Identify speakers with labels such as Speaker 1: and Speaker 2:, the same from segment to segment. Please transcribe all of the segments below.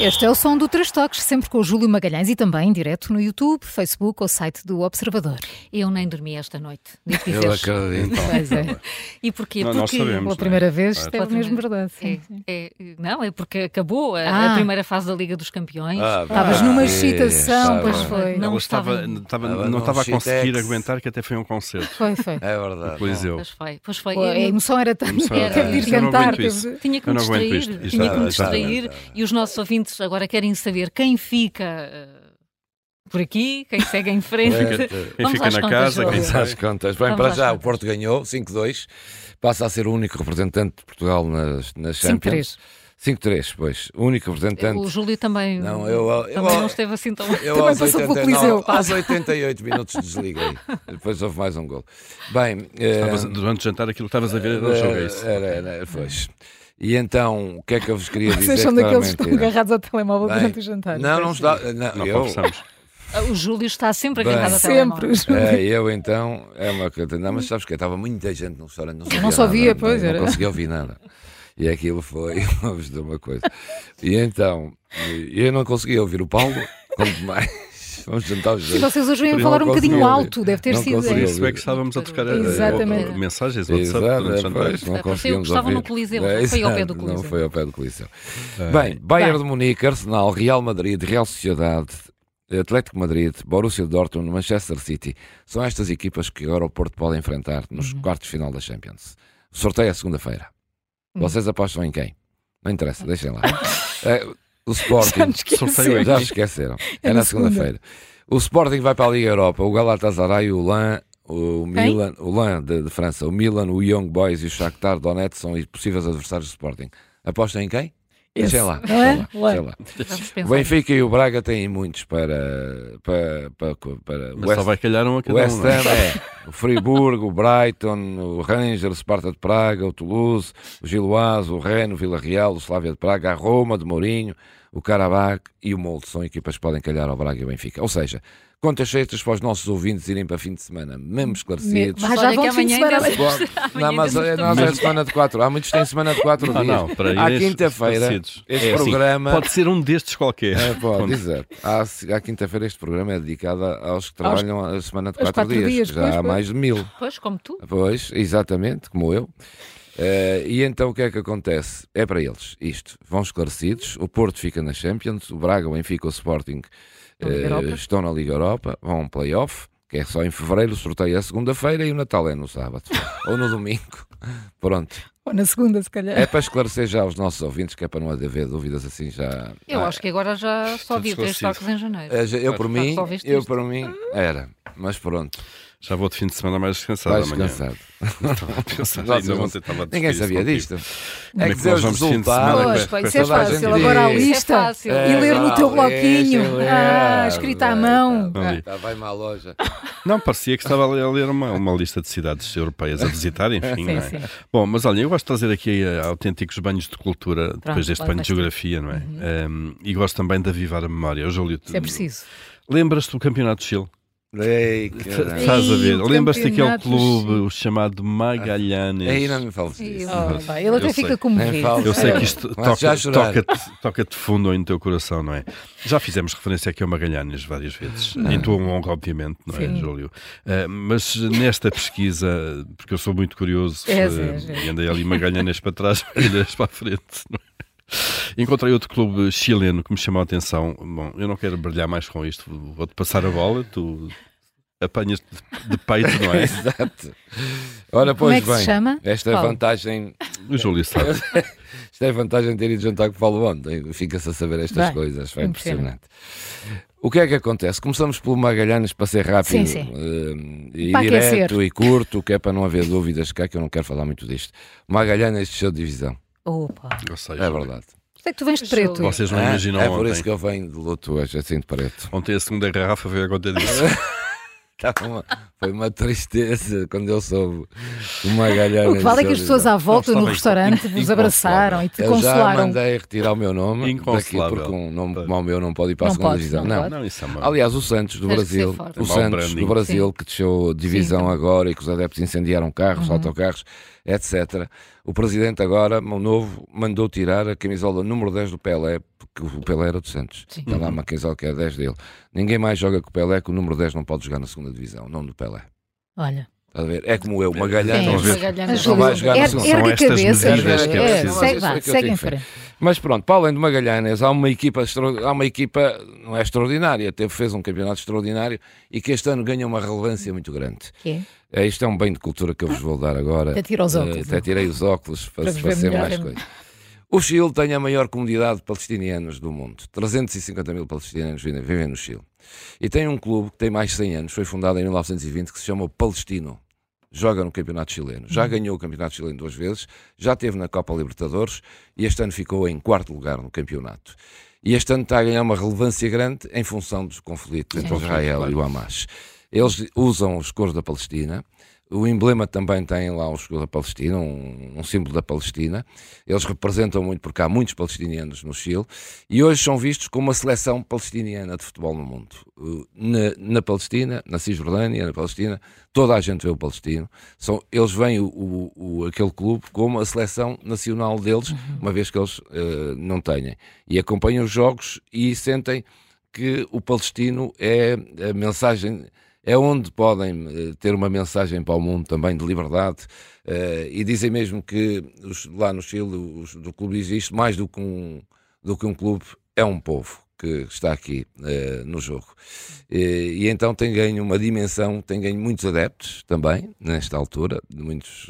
Speaker 1: Este é o som do Três Toques, sempre com o Júlio Magalhães e também direto no YouTube, Facebook ou site do Observador.
Speaker 2: Eu nem dormi esta noite. digo
Speaker 3: Eu
Speaker 2: dizer.
Speaker 3: acredito.
Speaker 1: Pois é.
Speaker 2: E porquê?
Speaker 4: Não, é? nós
Speaker 2: porque
Speaker 4: sabemos.
Speaker 1: Pela primeira vez,
Speaker 4: Claro.
Speaker 1: esteve mesmo verdade. sim.
Speaker 2: É, não, é porque acabou a,
Speaker 1: Ah.
Speaker 2: a primeira fase da Liga dos Campeões.
Speaker 3: Ah,
Speaker 1: Estavas numa excitação,
Speaker 3: é,
Speaker 1: pois
Speaker 3: estava.
Speaker 1: foi.
Speaker 2: Não
Speaker 4: Ela estava,
Speaker 2: estava-
Speaker 4: estava-
Speaker 3: Ela
Speaker 4: não
Speaker 3: não
Speaker 4: estava a
Speaker 3: se
Speaker 4: conseguir
Speaker 3: texe.
Speaker 4: aguentar que até foi um concerto.
Speaker 1: Foi, foi.
Speaker 3: É verdade.
Speaker 4: Pois eu.
Speaker 2: Pois foi, pois foi.
Speaker 1: Pô, é, A
Speaker 2: Eu-
Speaker 1: emoção era tanta
Speaker 4: emoção era
Speaker 1: que eu
Speaker 4: tanta.
Speaker 1: de
Speaker 4: Eu não
Speaker 1: cantar.
Speaker 4: aguento isso.
Speaker 1: teve-
Speaker 2: Tinha que
Speaker 4: Eu
Speaker 2: me
Speaker 4: não aguento
Speaker 2: distrair,
Speaker 4: isto. Isto
Speaker 2: tinha
Speaker 4: já-
Speaker 2: que me
Speaker 4: já-
Speaker 2: distrair e os nossos ouvintes agora querem saber quem fica eh, por aqui, quem segue em frente.
Speaker 4: Quem
Speaker 2: Vamos
Speaker 4: fica
Speaker 2: às
Speaker 4: na
Speaker 2: contas,
Speaker 4: casa,
Speaker 2: João.
Speaker 4: quem
Speaker 3: Quem sabe
Speaker 4: sabe.
Speaker 3: as contas. Bem,
Speaker 2: Vamos
Speaker 3: para
Speaker 2: às
Speaker 3: já, o
Speaker 2: contas.
Speaker 3: Porto ganhou 5-2, passa a ser o único representante de Portugal nas, nas Champions.
Speaker 1: 5-3.
Speaker 3: 5-3, pois. O único representante.
Speaker 2: O Júlio também,
Speaker 3: Não, eu- eu-
Speaker 2: também
Speaker 3: eu-
Speaker 2: não esteve assim tão.
Speaker 3: Eu
Speaker 1: Também
Speaker 3: aos,
Speaker 1: passou pelo
Speaker 3: 89,
Speaker 1: Coliseu.
Speaker 3: aos 88 minutos desliguei. Depois houve mais um gol. Bem, eh,
Speaker 4: Estavas- Durante o jantar, aquilo que estavas a ver era o jogo, é isso.
Speaker 3: era, era, pois. E então, o que é que eu vos queria dizer?
Speaker 1: Vocês são daqueles que estão
Speaker 3: claramente era-
Speaker 1: agarrados ao telemóvel
Speaker 3: Bem,
Speaker 1: durante o jantar.
Speaker 3: Não, não
Speaker 1: Pois
Speaker 3: está.
Speaker 1: é.
Speaker 3: Não,
Speaker 4: Não
Speaker 3: eu,
Speaker 4: conversamos.
Speaker 2: Ah, O Júlio está sempre
Speaker 3: Bem.
Speaker 2: agarrado ao
Speaker 1: Sempre.
Speaker 2: telemóvel.
Speaker 3: É, eu então, é uma coisa. Não, mas sabes que estava muita gente no restaurante, não sabia.
Speaker 1: não só
Speaker 3: nada,
Speaker 1: via, pois,
Speaker 3: não,
Speaker 1: era.
Speaker 3: Não conseguia ouvir nada. E aquilo foi, vamos dizer uma coisa. E então, eu não conseguia ouvir o Paulo, quanto mais. Vamos jantar os
Speaker 1: E
Speaker 3: dois.
Speaker 1: vocês hoje vêm
Speaker 3: Não
Speaker 1: falar um
Speaker 3: consegui
Speaker 1: bocadinho
Speaker 3: ouvir.
Speaker 1: alto, deve ter
Speaker 3: Não
Speaker 1: sido.
Speaker 4: Por
Speaker 3: consegui
Speaker 1: é.
Speaker 4: isso é que estávamos a tocar eh,
Speaker 1: Exatamente.
Speaker 4: eh, mensagens do WhatsApp durante o
Speaker 3: Exato, é,
Speaker 2: É,
Speaker 4: jantar.
Speaker 3: pois, não
Speaker 2: Vocês
Speaker 3: conseguimos
Speaker 2: gostavam
Speaker 3: ouvir. É,
Speaker 2: no Coliseu, não foi ao pé do
Speaker 3: Exato,
Speaker 2: Coliseu.
Speaker 3: Não foi ao pé do Coliseu.
Speaker 4: É.
Speaker 3: Bem, Bayern de Munique, Arsenal, Real Madrid, Real Sociedade, Atlético de Madrid, Borussia Dortmund, Manchester City. São estas equipas que agora o Porto pode enfrentar nos quartos de final da Champions. O sorteio é segunda-feira.
Speaker 2: Uhum.
Speaker 3: Vocês apostam em quem? Não interessa, deixem lá. Eh, o Sporting.
Speaker 1: Já me esqueci.
Speaker 4: Sorteio é
Speaker 3: Já
Speaker 4: aqui.
Speaker 3: se esqueceram.
Speaker 1: É
Speaker 3: É
Speaker 1: na
Speaker 3: na segunda-feira. O Sporting vai para a Liga Europa. O Galatasaray, o Lan, o Milan, o Lan de, de França, o Milan, o Young Boys e o Shakhtar Donetsk são possíveis adversários do Sporting. Apostam em quem?
Speaker 1: Esse,
Speaker 3: Deixem lá.
Speaker 1: não
Speaker 3: deixem
Speaker 1: é? Lá.
Speaker 3: lá, deixem lá.
Speaker 2: Vamos
Speaker 3: O
Speaker 2: pensar.
Speaker 3: Benfica e o Braga têm muitos para. para, para, para
Speaker 4: Mas só vai calhar um a
Speaker 3: o
Speaker 4: cada um.
Speaker 3: West
Speaker 4: não é?
Speaker 3: Ham é o Friburgo, o Brighton, o Rangers, o Sparta de Praga, o Toulouse, o Giloás, o Rennes, o Vila Real, o Slavia de Praga, a Roma de Mourinho, o Karabakh e o Molde. São equipas que podem calhar ao Braga e ao Benfica. Ou seja, contas certas para os nossos ouvintes irem para fim de semana, mesmo esclarecidos.
Speaker 1: Mas já
Speaker 2: Olha que
Speaker 1: vão de fim de
Speaker 2: amanhã
Speaker 1: semana.
Speaker 2: ainda-
Speaker 3: Bom, Não, mas é, nós é semana de quatro. Há muitos que têm semana de quatro
Speaker 4: Ah,
Speaker 3: dias.
Speaker 4: não, para
Speaker 3: à
Speaker 4: irem
Speaker 3: quinta-feira,
Speaker 4: esclarecidos.
Speaker 3: este
Speaker 4: É assim,
Speaker 3: programa.
Speaker 4: Pode ser um destes qualquer.
Speaker 3: É, pode,
Speaker 4: Quando-
Speaker 3: exato. À, se- à quinta-feira este programa é dedicado aos que trabalham a semana de
Speaker 1: aos
Speaker 3: quatro,
Speaker 1: quatro
Speaker 3: dias.
Speaker 1: dias,
Speaker 3: Já
Speaker 1: pois,
Speaker 3: há
Speaker 1: pois.
Speaker 3: mais de mil.
Speaker 2: Pois, como tu.
Speaker 3: Pois, exatamente, como eu. Eh, e então o que é que acontece? É para eles isto. Vão esclarecidos. O Porto fica na Champions, o Braga, o Benfica, o Sporting
Speaker 2: Na Liga
Speaker 3: eh,
Speaker 2: Europa.
Speaker 3: estão na Liga Europa, vão a um playoff, que é só em fevereiro, o sorteio é segunda-feira e o Natal é no sábado ou no domingo. Pronto.
Speaker 1: Ou na segunda, se calhar.
Speaker 3: É para esclarecer já os nossos ouvintes, que é para não haver dúvidas assim já.
Speaker 2: Eu acho que agora já só
Speaker 4: tudo
Speaker 2: vi três
Speaker 4: esclarecido.
Speaker 2: toques em janeiro.
Speaker 3: Eh, já- Eu por mim,
Speaker 2: resolveste
Speaker 3: eu
Speaker 2: isto?
Speaker 3: por mim era, mas pronto,
Speaker 4: Já vou de fim de semana mais descansado
Speaker 3: vais
Speaker 4: amanhã.
Speaker 3: descansado.
Speaker 4: Estava a pensar,
Speaker 3: Nós
Speaker 4: ainda
Speaker 3: não-
Speaker 4: ontem estava a
Speaker 3: Ninguém
Speaker 4: discutir
Speaker 3: sabia
Speaker 4: isso
Speaker 3: disto.
Speaker 4: Como é que nós vamos de fim de semana
Speaker 1: Pois,
Speaker 4: Pois,
Speaker 1: pá,
Speaker 4: com
Speaker 1: isso é
Speaker 4: toda a
Speaker 1: fácil.
Speaker 4: gente
Speaker 1: Agora a
Speaker 3: diz.
Speaker 2: É
Speaker 1: lista.
Speaker 2: fácil.
Speaker 1: E
Speaker 2: É,
Speaker 1: ler no
Speaker 2: já
Speaker 1: teu
Speaker 2: li,
Speaker 3: já
Speaker 4: é,
Speaker 1: bloquinho.
Speaker 3: li.
Speaker 1: Ah, escrita à mão.
Speaker 4: Não li.
Speaker 3: Ah, vai uma loja.
Speaker 4: contigo. Não, parecia que estava ali a ler uma, uma lista de cidades europeias a visitar, enfim. não é?
Speaker 2: sim.
Speaker 4: Bom, mas olha, eu gosto de trazer aqui eh, autênticos banhos de cultura, depois deste
Speaker 2: lá
Speaker 4: banho
Speaker 2: vais
Speaker 4: de
Speaker 2: tu.
Speaker 4: geografia, não é? Um, e gosto também de avivar a memória. Hoje, Júlio,
Speaker 1: Isso é preciso.
Speaker 4: lembras-te do Campeonato de Chile?
Speaker 3: Ei,
Speaker 4: T-
Speaker 3: caralho.
Speaker 4: Estás a ver?
Speaker 1: Ei, o
Speaker 4: Lembras-te daquele
Speaker 1: Campeonato do
Speaker 4: clube,
Speaker 1: Chile.
Speaker 4: o chamado Magalhães?
Speaker 3: Aí não me fales disso.
Speaker 1: Oh, pá, ele até
Speaker 4: Eu
Speaker 1: fica
Speaker 4: sei.
Speaker 3: Nem
Speaker 1: comovido.
Speaker 3: falo.
Speaker 4: Eu sei
Speaker 3: É.
Speaker 4: que isto
Speaker 3: Mas já
Speaker 4: toca-
Speaker 3: chorar.
Speaker 4: toca-te toca fundo aí no teu coração, não é? Já fizemos referência aqui ao Magalhães várias vezes,
Speaker 3: Ah.
Speaker 4: em tua honra, obviamente, não é, Júlio? Ah, mas nesta pesquisa, porque eu sou muito curioso,
Speaker 1: És,
Speaker 4: ah,
Speaker 1: és, és.
Speaker 4: e andei ali Magalhães para trás, Magalhães para a frente, não é? Encontrei outro clube chileno que me chamou a atenção. Bom, eu não quero brilhar mais com isto, vou-te passar a bola, tu apanhas de, de peito, não é?
Speaker 3: Exato. Ora,
Speaker 1: Como é
Speaker 3: pois
Speaker 1: que se
Speaker 3: bem,
Speaker 1: chama?
Speaker 3: esta é a
Speaker 1: Paulo.
Speaker 3: vantagem.
Speaker 4: O Júlio sabe.
Speaker 3: Isto é a vantagem de ter ido jantar com o Paulo ontem. Fica-se a saber estas
Speaker 1: Bem,
Speaker 3: coisas. Foi
Speaker 1: impressionante.
Speaker 3: impressionante. O que é que acontece? Começamos pelo Magalhães para ser
Speaker 1: Sim,
Speaker 3: rápido
Speaker 1: sim.
Speaker 3: eh, e
Speaker 1: Para aquecer.
Speaker 3: direto e curto, que é para não haver dúvidas cá, que eu não quero falar muito disto. Magalhães desceu de divisão.
Speaker 2: Opa.
Speaker 4: Eu sei,
Speaker 3: É
Speaker 4: Júlio.
Speaker 3: verdade.
Speaker 1: é que tu vens de preto.
Speaker 4: Vocês não
Speaker 3: Ah,
Speaker 4: imaginam
Speaker 3: é por
Speaker 4: ontem.
Speaker 3: isso que eu venho de luto hoje, assim de preto.
Speaker 4: Ontem a segunda garrafa veio a conta disso.
Speaker 3: Tá uma- foi uma tristeza quando eu soube uma galhada.
Speaker 1: O que vale é que as pessoas à volta
Speaker 4: Não,
Speaker 1: no
Speaker 4: estava
Speaker 1: restaurante vos
Speaker 4: inconsolável.
Speaker 1: abraçaram e te
Speaker 3: Eu já
Speaker 1: consolaram.
Speaker 3: mandei retirar o meu nome daqui
Speaker 4: Inconsolável.
Speaker 3: porque um nome como o meu não pode ir para a
Speaker 1: Não
Speaker 3: segunda
Speaker 1: pode,
Speaker 3: divisão.
Speaker 1: não pode.
Speaker 4: Não, isso é mau.
Speaker 3: Aliás, o Santos do
Speaker 2: Tens que
Speaker 3: Brasil,
Speaker 2: ser forte.
Speaker 3: o
Speaker 4: É mau
Speaker 3: Santos
Speaker 4: branding.
Speaker 3: do Brasil que deixou divisão
Speaker 2: Sim. Uhum.
Speaker 3: agora e que os adeptos incendiaram carros, autocarros, etc. O presidente agora, mão novo, mandou tirar a camisola número 10 do Pelé, porque o Pelé era do Santos.
Speaker 2: Sim.
Speaker 3: Está
Speaker 4: Uhum.
Speaker 3: lá uma camisola que é 10 dele. Ninguém mais joga com o Pelé, que o número 10 não pode jogar na segunda divisão, não do Pelé.
Speaker 2: Olha,
Speaker 3: Está a ver? É como eu, Magalhães.
Speaker 4: Sim.
Speaker 3: não vê.
Speaker 2: Magalhães.
Speaker 3: Não vai jogar no
Speaker 1: Er-
Speaker 3: segundo.
Speaker 4: São
Speaker 1: Ergue a
Speaker 4: estas
Speaker 1: cabeça.
Speaker 4: medidas
Speaker 1: Júlio.
Speaker 4: que é
Speaker 1: É,
Speaker 4: preciso.
Speaker 1: segue, vá,
Speaker 3: Isso é que eu
Speaker 1: segue
Speaker 3: tenho
Speaker 1: em
Speaker 3: feito.
Speaker 1: frente.
Speaker 3: Mas pronto, para além do Magalhães, há uma equipa, extra- há uma equipa não é extraordinária, teve, fez um campeonato extraordinário e que este ano ganha uma relevância muito grande.
Speaker 1: Que
Speaker 3: É, isto é um bem de cultura que eu vos vou dar agora.
Speaker 1: Até tira os
Speaker 3: Eh,
Speaker 1: óculos,
Speaker 3: Até
Speaker 1: não? é?
Speaker 3: tirei os óculos para,
Speaker 1: Para
Speaker 3: se
Speaker 1: vos ver
Speaker 3: parecer
Speaker 1: melhor.
Speaker 3: mais coisa. O Chile tem a maior comunidade de palestinianos do mundo. 350 mil palestinianos vivem vivem no Chile. E tem um clube que tem mais de 100 anos, foi fundado em 1920, que se chama o Palestino. Joga no Campeonato Chileno. Já
Speaker 1: Uhum.
Speaker 3: ganhou o Campeonato Chileno duas vezes, já esteve na Copa Libertadores e este ano ficou em quarto lugar no campeonato. E este ano está a ganhar uma relevância grande em função dos conflitos entre Israel e o Hamas. Eles usam os cores da Palestina. O emblema também tem lá os cores da Palestina, um, um símbolo da Palestina. Eles representam muito, porque há muitos palestinianos no Chile. E hoje são vistos como a seleção palestiniana de futebol no mundo. Uh, Na, na Palestina, na Cisjordânia, na Palestina, toda a gente vê o palestino. São, eles veem o, o- o- aquele clube como a seleção nacional deles, uma vez que eles eh, não têm. E acompanham os jogos e sentem que o palestino é a mensagem. É onde podem eh, ter uma mensagem para o mundo também de liberdade. eh, e dizem mesmo que os- lá no Chile os, do clube existe mais do que um do que um clube, é um povo que está aqui eh, no jogo. Eh, e então tem ganho uma dimensão, tem ganho muitos adeptos também, nesta altura, de muitos,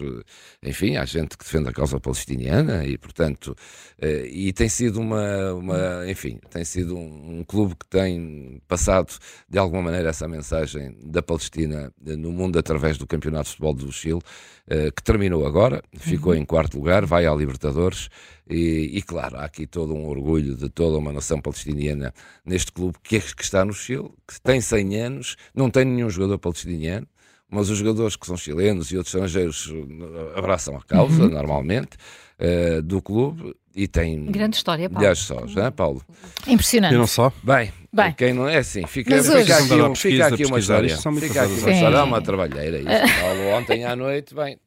Speaker 3: eh, enfim, há gente que defende a causa palestiniana e, portanto, eh, e tem sido uma, uma- enfim, tem sido um, um clube que tem passado, de alguma maneira, essa mensagem da Palestina eh, no mundo através do Campeonato de Futebol do Chile, eh, que terminou agora, ficou em quarto lugar, vai à Libertadores, e, e, claro, há aqui todo um orgulho de toda uma nação palestiniana neste clube que, é- que está no Chile, que tem 100 anos, não tem nenhum jogador palestiniano, mas os jogadores que são chilenos e outros estrangeiros eh, abraçam a causa,
Speaker 1: Uhum.
Speaker 3: normalmente, eh, do clube e tem
Speaker 2: grande história, Paulo.
Speaker 3: milhares só, já, Paulo?
Speaker 1: é. Impressionante.
Speaker 4: E não só.
Speaker 3: Bem,
Speaker 1: Bem.
Speaker 3: quem não é assim, fica,
Speaker 1: Mas
Speaker 3: fica
Speaker 1: hoje-
Speaker 3: aqui,
Speaker 4: Andar à
Speaker 3: um-
Speaker 4: pesquisa,
Speaker 3: fica aqui
Speaker 4: pesquisar,
Speaker 3: uma
Speaker 4: é
Speaker 3: história.
Speaker 4: isto são muitas
Speaker 3: Fica aqui uma
Speaker 4: coisas.
Speaker 3: história,
Speaker 1: Sim.
Speaker 3: é uma trabalheira. Isto, Paulo, ontem à noite, bem,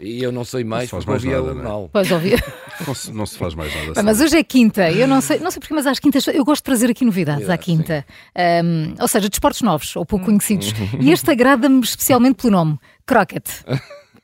Speaker 3: e eu não sei mais
Speaker 4: faz
Speaker 3: porque eu
Speaker 4: mais
Speaker 3: vi a
Speaker 4: nada, não é?
Speaker 3: jornal.
Speaker 1: Pois ouvi.
Speaker 4: Não se, não se faz mais nada.
Speaker 3: assim.
Speaker 1: Mas hoje é quinta, eu não sei, não sei porquê, mas às quintas eu gosto de trazer aqui novidades à
Speaker 3: Novidades, sim.
Speaker 1: quinta. Ahm, ou seja, desportos novos ou pouco conhecidos. E este agrada-me especialmente pelo nome: Croquete.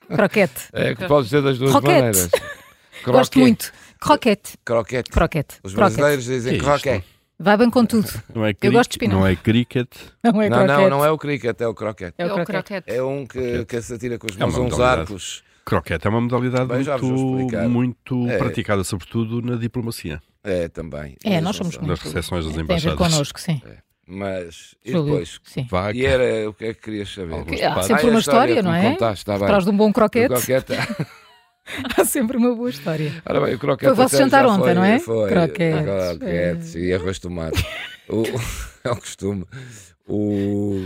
Speaker 1: Croquete.
Speaker 3: É que podes dizer das duas
Speaker 1: Croquete.
Speaker 3: maneiras.
Speaker 1: Gosto
Speaker 3: Croquet.
Speaker 1: muito. Croquete.
Speaker 3: Croquete.
Speaker 1: Croquete.
Speaker 3: Os
Speaker 1: Croquete.
Speaker 3: brasileiros dizem
Speaker 4: Que é
Speaker 3: croquet.
Speaker 1: Vai bem com tudo.
Speaker 4: Não é
Speaker 1: Eu gosto de espinafre.
Speaker 4: Não é cricket.
Speaker 1: Não é
Speaker 3: Não, não,
Speaker 1: croquete.
Speaker 3: não é o cricket, é o croquete.
Speaker 1: É
Speaker 2: É
Speaker 1: o
Speaker 2: o
Speaker 1: croquete.
Speaker 2: croquete.
Speaker 3: É um que, que se atira com os
Speaker 4: É uma
Speaker 3: mãos a uns
Speaker 4: modalidade.
Speaker 3: arcos.
Speaker 4: Croquete é uma modalidade
Speaker 3: Bem, já vos vou explicar.
Speaker 4: muito, muito
Speaker 3: É.
Speaker 4: praticada, sobretudo na diplomacia,
Speaker 3: É, também.
Speaker 1: É, nós
Speaker 3: Mas não
Speaker 1: somos
Speaker 3: sei.
Speaker 1: muito.
Speaker 4: nas recepções das
Speaker 1: Tem a ver
Speaker 4: embaixadas.
Speaker 1: connosco, sim.
Speaker 3: Mas, e
Speaker 1: Júlio,
Speaker 3: depois?
Speaker 1: Sim.
Speaker 4: Vaca.
Speaker 3: E era o que é que querias saber?
Speaker 4: Alguns
Speaker 1: Há
Speaker 4: Ah,
Speaker 1: sempre
Speaker 3: a
Speaker 1: uma história,
Speaker 3: que
Speaker 1: não
Speaker 3: me
Speaker 1: é?
Speaker 3: Contaste, está bem.
Speaker 1: Atrás de um bom
Speaker 3: O
Speaker 1: croquete,
Speaker 3: croquete.
Speaker 1: há sempre uma boa história.
Speaker 3: Ora bem, o croquete.
Speaker 1: Foi o vosso
Speaker 3: até já
Speaker 1: jantar
Speaker 3: foi-
Speaker 1: ontem, não é?
Speaker 3: Foi.
Speaker 1: Croquetes.
Speaker 3: Croquetes e arroz de tomate. O- é o costume. O,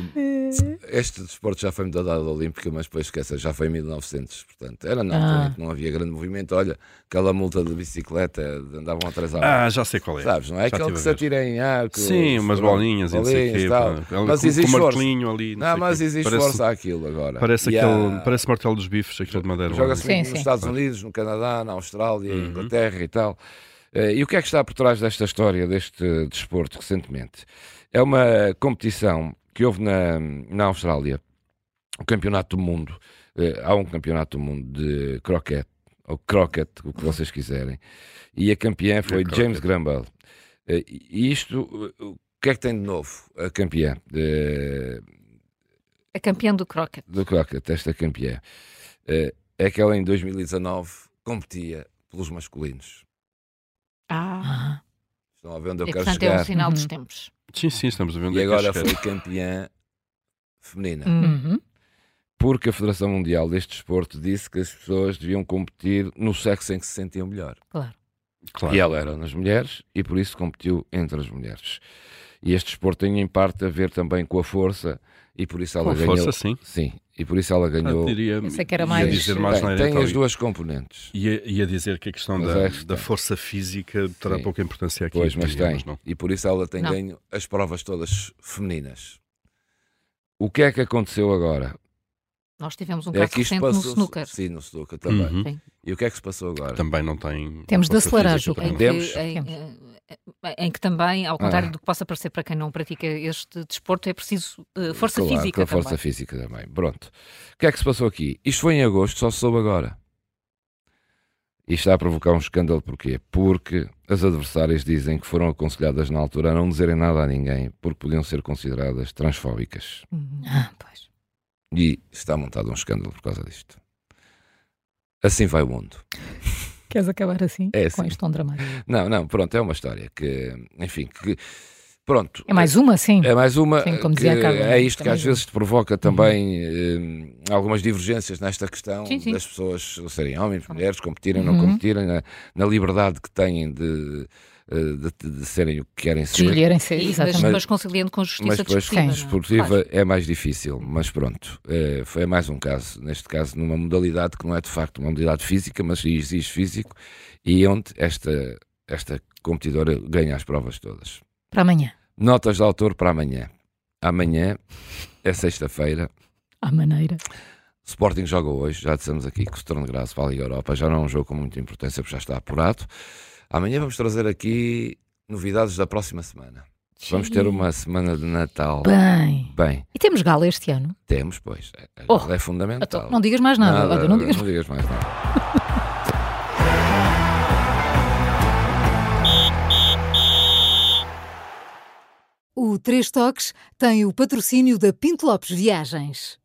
Speaker 3: este desporto já foi medalhada olímpica, mas depois esqueça, já foi em 1900. Portanto, era na altura
Speaker 1: Ah.
Speaker 3: em que não havia grande movimento. Olha, aquela multa de bicicleta, andavam atrás à
Speaker 4: Ah, já sei qual é.
Speaker 3: Sabes, não é?
Speaker 4: Já
Speaker 3: Aquele que
Speaker 4: tive
Speaker 3: se
Speaker 4: a ver.
Speaker 3: atira em arco.
Speaker 4: Sim, umas bolinhas e não sei o quê.
Speaker 3: tal.
Speaker 4: pá. Com-
Speaker 3: Mas existe
Speaker 4: com
Speaker 3: esforço.
Speaker 4: martelinho ali. Não,
Speaker 3: Não,
Speaker 4: sei
Speaker 3: mas
Speaker 4: quê.
Speaker 3: existe
Speaker 4: parece,
Speaker 3: força àquilo agora.
Speaker 4: Parece,
Speaker 3: E
Speaker 4: aquele,
Speaker 3: há-
Speaker 4: parece martelo dos bifes, aquele de madeira.
Speaker 3: Joga-se
Speaker 1: Sim,
Speaker 3: muito Uhum.
Speaker 1: sim.
Speaker 3: nos Estados Unidos, no Canadá, na Austrália, na Inglaterra e tal. Eh, E o que é que está por trás desta história, deste desporto, recentemente? É uma competição que houve na, na Austrália, o Campeonato do Mundo. Eh, Há um Campeonato do Mundo de croquete, ou croquet, o que vocês quiserem. E a campeã foi
Speaker 4: croquet.
Speaker 3: James Grumble. Eh, E isto, eh, o que é que tem de novo a campeã? Eh,
Speaker 1: É
Speaker 2: A campeã do croquete.
Speaker 3: do Crockett, esta campeã, eh, é que ela em 2019 competia pelos masculinos.
Speaker 2: Ah,
Speaker 3: Estão a ver
Speaker 2: é,
Speaker 3: onde eu quero
Speaker 2: portanto, é um
Speaker 3: chegar.
Speaker 2: sinal dos
Speaker 1: Uhum.
Speaker 2: tempos.
Speaker 4: Sim, sim, estamos a ver. onde é
Speaker 3: E
Speaker 4: que
Speaker 3: agora
Speaker 4: queres chegar.
Speaker 3: foi campeã feminina.
Speaker 2: Hum.
Speaker 1: Uhum.
Speaker 3: Porque a Federação Mundial deste desporto disse que as pessoas deviam competir no sexo em que se sentiam melhor.
Speaker 2: Claro.
Speaker 4: Claro.
Speaker 3: E ela era nas mulheres e por isso competiu entre as mulheres. E este desporto tem em parte a ver também com a força e por isso
Speaker 4: Com
Speaker 3: ela
Speaker 4: a
Speaker 3: ganhou.
Speaker 4: força, sim. Ah,
Speaker 3: Sim, e por isso ela
Speaker 4: Eu
Speaker 3: ganhou.
Speaker 4: diria,
Speaker 2: Pensei que era
Speaker 4: ia
Speaker 2: mais-
Speaker 4: dizer mais
Speaker 3: tem
Speaker 4: na
Speaker 3: Ah, tem
Speaker 4: Itália.
Speaker 3: as duas componentes.
Speaker 4: Ia, ia dizer que a questão
Speaker 3: Mas
Speaker 4: da,
Speaker 3: esta-
Speaker 4: da força física terá
Speaker 3: Sim.
Speaker 4: pouca importância aqui.
Speaker 3: Pois, mas
Speaker 4: diria,
Speaker 3: tem.
Speaker 4: não.
Speaker 3: E por isso ela tem
Speaker 2: Não.
Speaker 3: ganho as provas todas femininas. O que é que aconteceu agora?
Speaker 2: Nós tivemos um
Speaker 3: é
Speaker 2: caso
Speaker 3: que isto
Speaker 2: recente no
Speaker 3: passou.
Speaker 2: snooker.
Speaker 3: Sim, no snooker também.
Speaker 4: Uhum.
Speaker 2: Sim.
Speaker 3: E o que é que se passou agora?
Speaker 4: Também não tem.
Speaker 1: Temos de
Speaker 4: força
Speaker 1: acelerar,
Speaker 4: física
Speaker 1: Ju.
Speaker 4: para
Speaker 2: Em
Speaker 4: nada.
Speaker 2: que,
Speaker 3: Temos.
Speaker 2: em, eh, em que também, ao contrário
Speaker 3: Ah.
Speaker 2: do que possa parecer para quem não pratica este desporto, é preciso eh, força
Speaker 3: Claro, com
Speaker 2: física
Speaker 3: a força
Speaker 2: também.
Speaker 3: física também. Pronto. O que é que se passou aqui? Isto foi em agosto, só se soube agora. Isto está a provocar um escândalo, porquê? Porque as adversárias dizem que foram aconselhadas na altura a não dizerem nada a ninguém, porque podiam ser consideradas transfóbicas.
Speaker 1: Ah, pois.
Speaker 3: E está montado um escândalo por causa disto. Assim vai o mundo.
Speaker 1: Queres acabar assim?
Speaker 3: É
Speaker 1: Com
Speaker 3: assim.
Speaker 1: isto tão dramático.
Speaker 3: Não, não, pronto, é uma história que, enfim, que. Pronto.
Speaker 1: É mais uma, sim.
Speaker 3: É mais uma.
Speaker 1: Sim, como dizia
Speaker 3: que
Speaker 1: a Carla,
Speaker 3: é isto que
Speaker 1: também Uhum.
Speaker 3: às
Speaker 1: eu.
Speaker 3: vezes te provoca também eh, algumas divergências nesta questão
Speaker 2: Sim, sim.
Speaker 3: das pessoas serem homens, mulheres, competirem,
Speaker 1: Uhum.
Speaker 3: não competirem, na, na liberdade que têm de, eh, de, de serem o que querem ser.
Speaker 1: Escolherem ser,
Speaker 2: E-
Speaker 1: exatamente.
Speaker 2: mas,
Speaker 3: Mas-
Speaker 2: mas conciliando com
Speaker 3: Mas
Speaker 2: justiça
Speaker 3: depois,
Speaker 2: desportiva.
Speaker 1: Sim.
Speaker 2: não é?
Speaker 3: desportiva
Speaker 2: Claro.
Speaker 3: é mais difícil, mas pronto, eh, foi mais um caso. Neste caso, numa modalidade que não é de facto uma modalidade física, mas exige físico, e onde esta, esta competidora ganha as provas todas.
Speaker 1: Para amanhã.
Speaker 3: Notas de autor para amanhã. Amanhã é sexta-feira.
Speaker 1: À maneira.
Speaker 3: Sporting joga hoje, já dissemos aqui que o Setorno de Graça para a Liga Europa já não é um jogo com muita importância, porque já está apurado. Amanhã vamos trazer aqui novidades da próxima semana. Vamos ter uma semana de Natal.
Speaker 1: Bem.
Speaker 3: Bem,
Speaker 1: E temos gala este ano?
Speaker 3: temos, pois. A
Speaker 1: Oh,
Speaker 3: gala é fundamental.
Speaker 1: Então, não digas mais nada.
Speaker 3: Nada,
Speaker 1: Olha, não digas.
Speaker 3: não digas mais nada.
Speaker 1: O Três Toques tem o patrocínio da Pinto Lopes Viagens.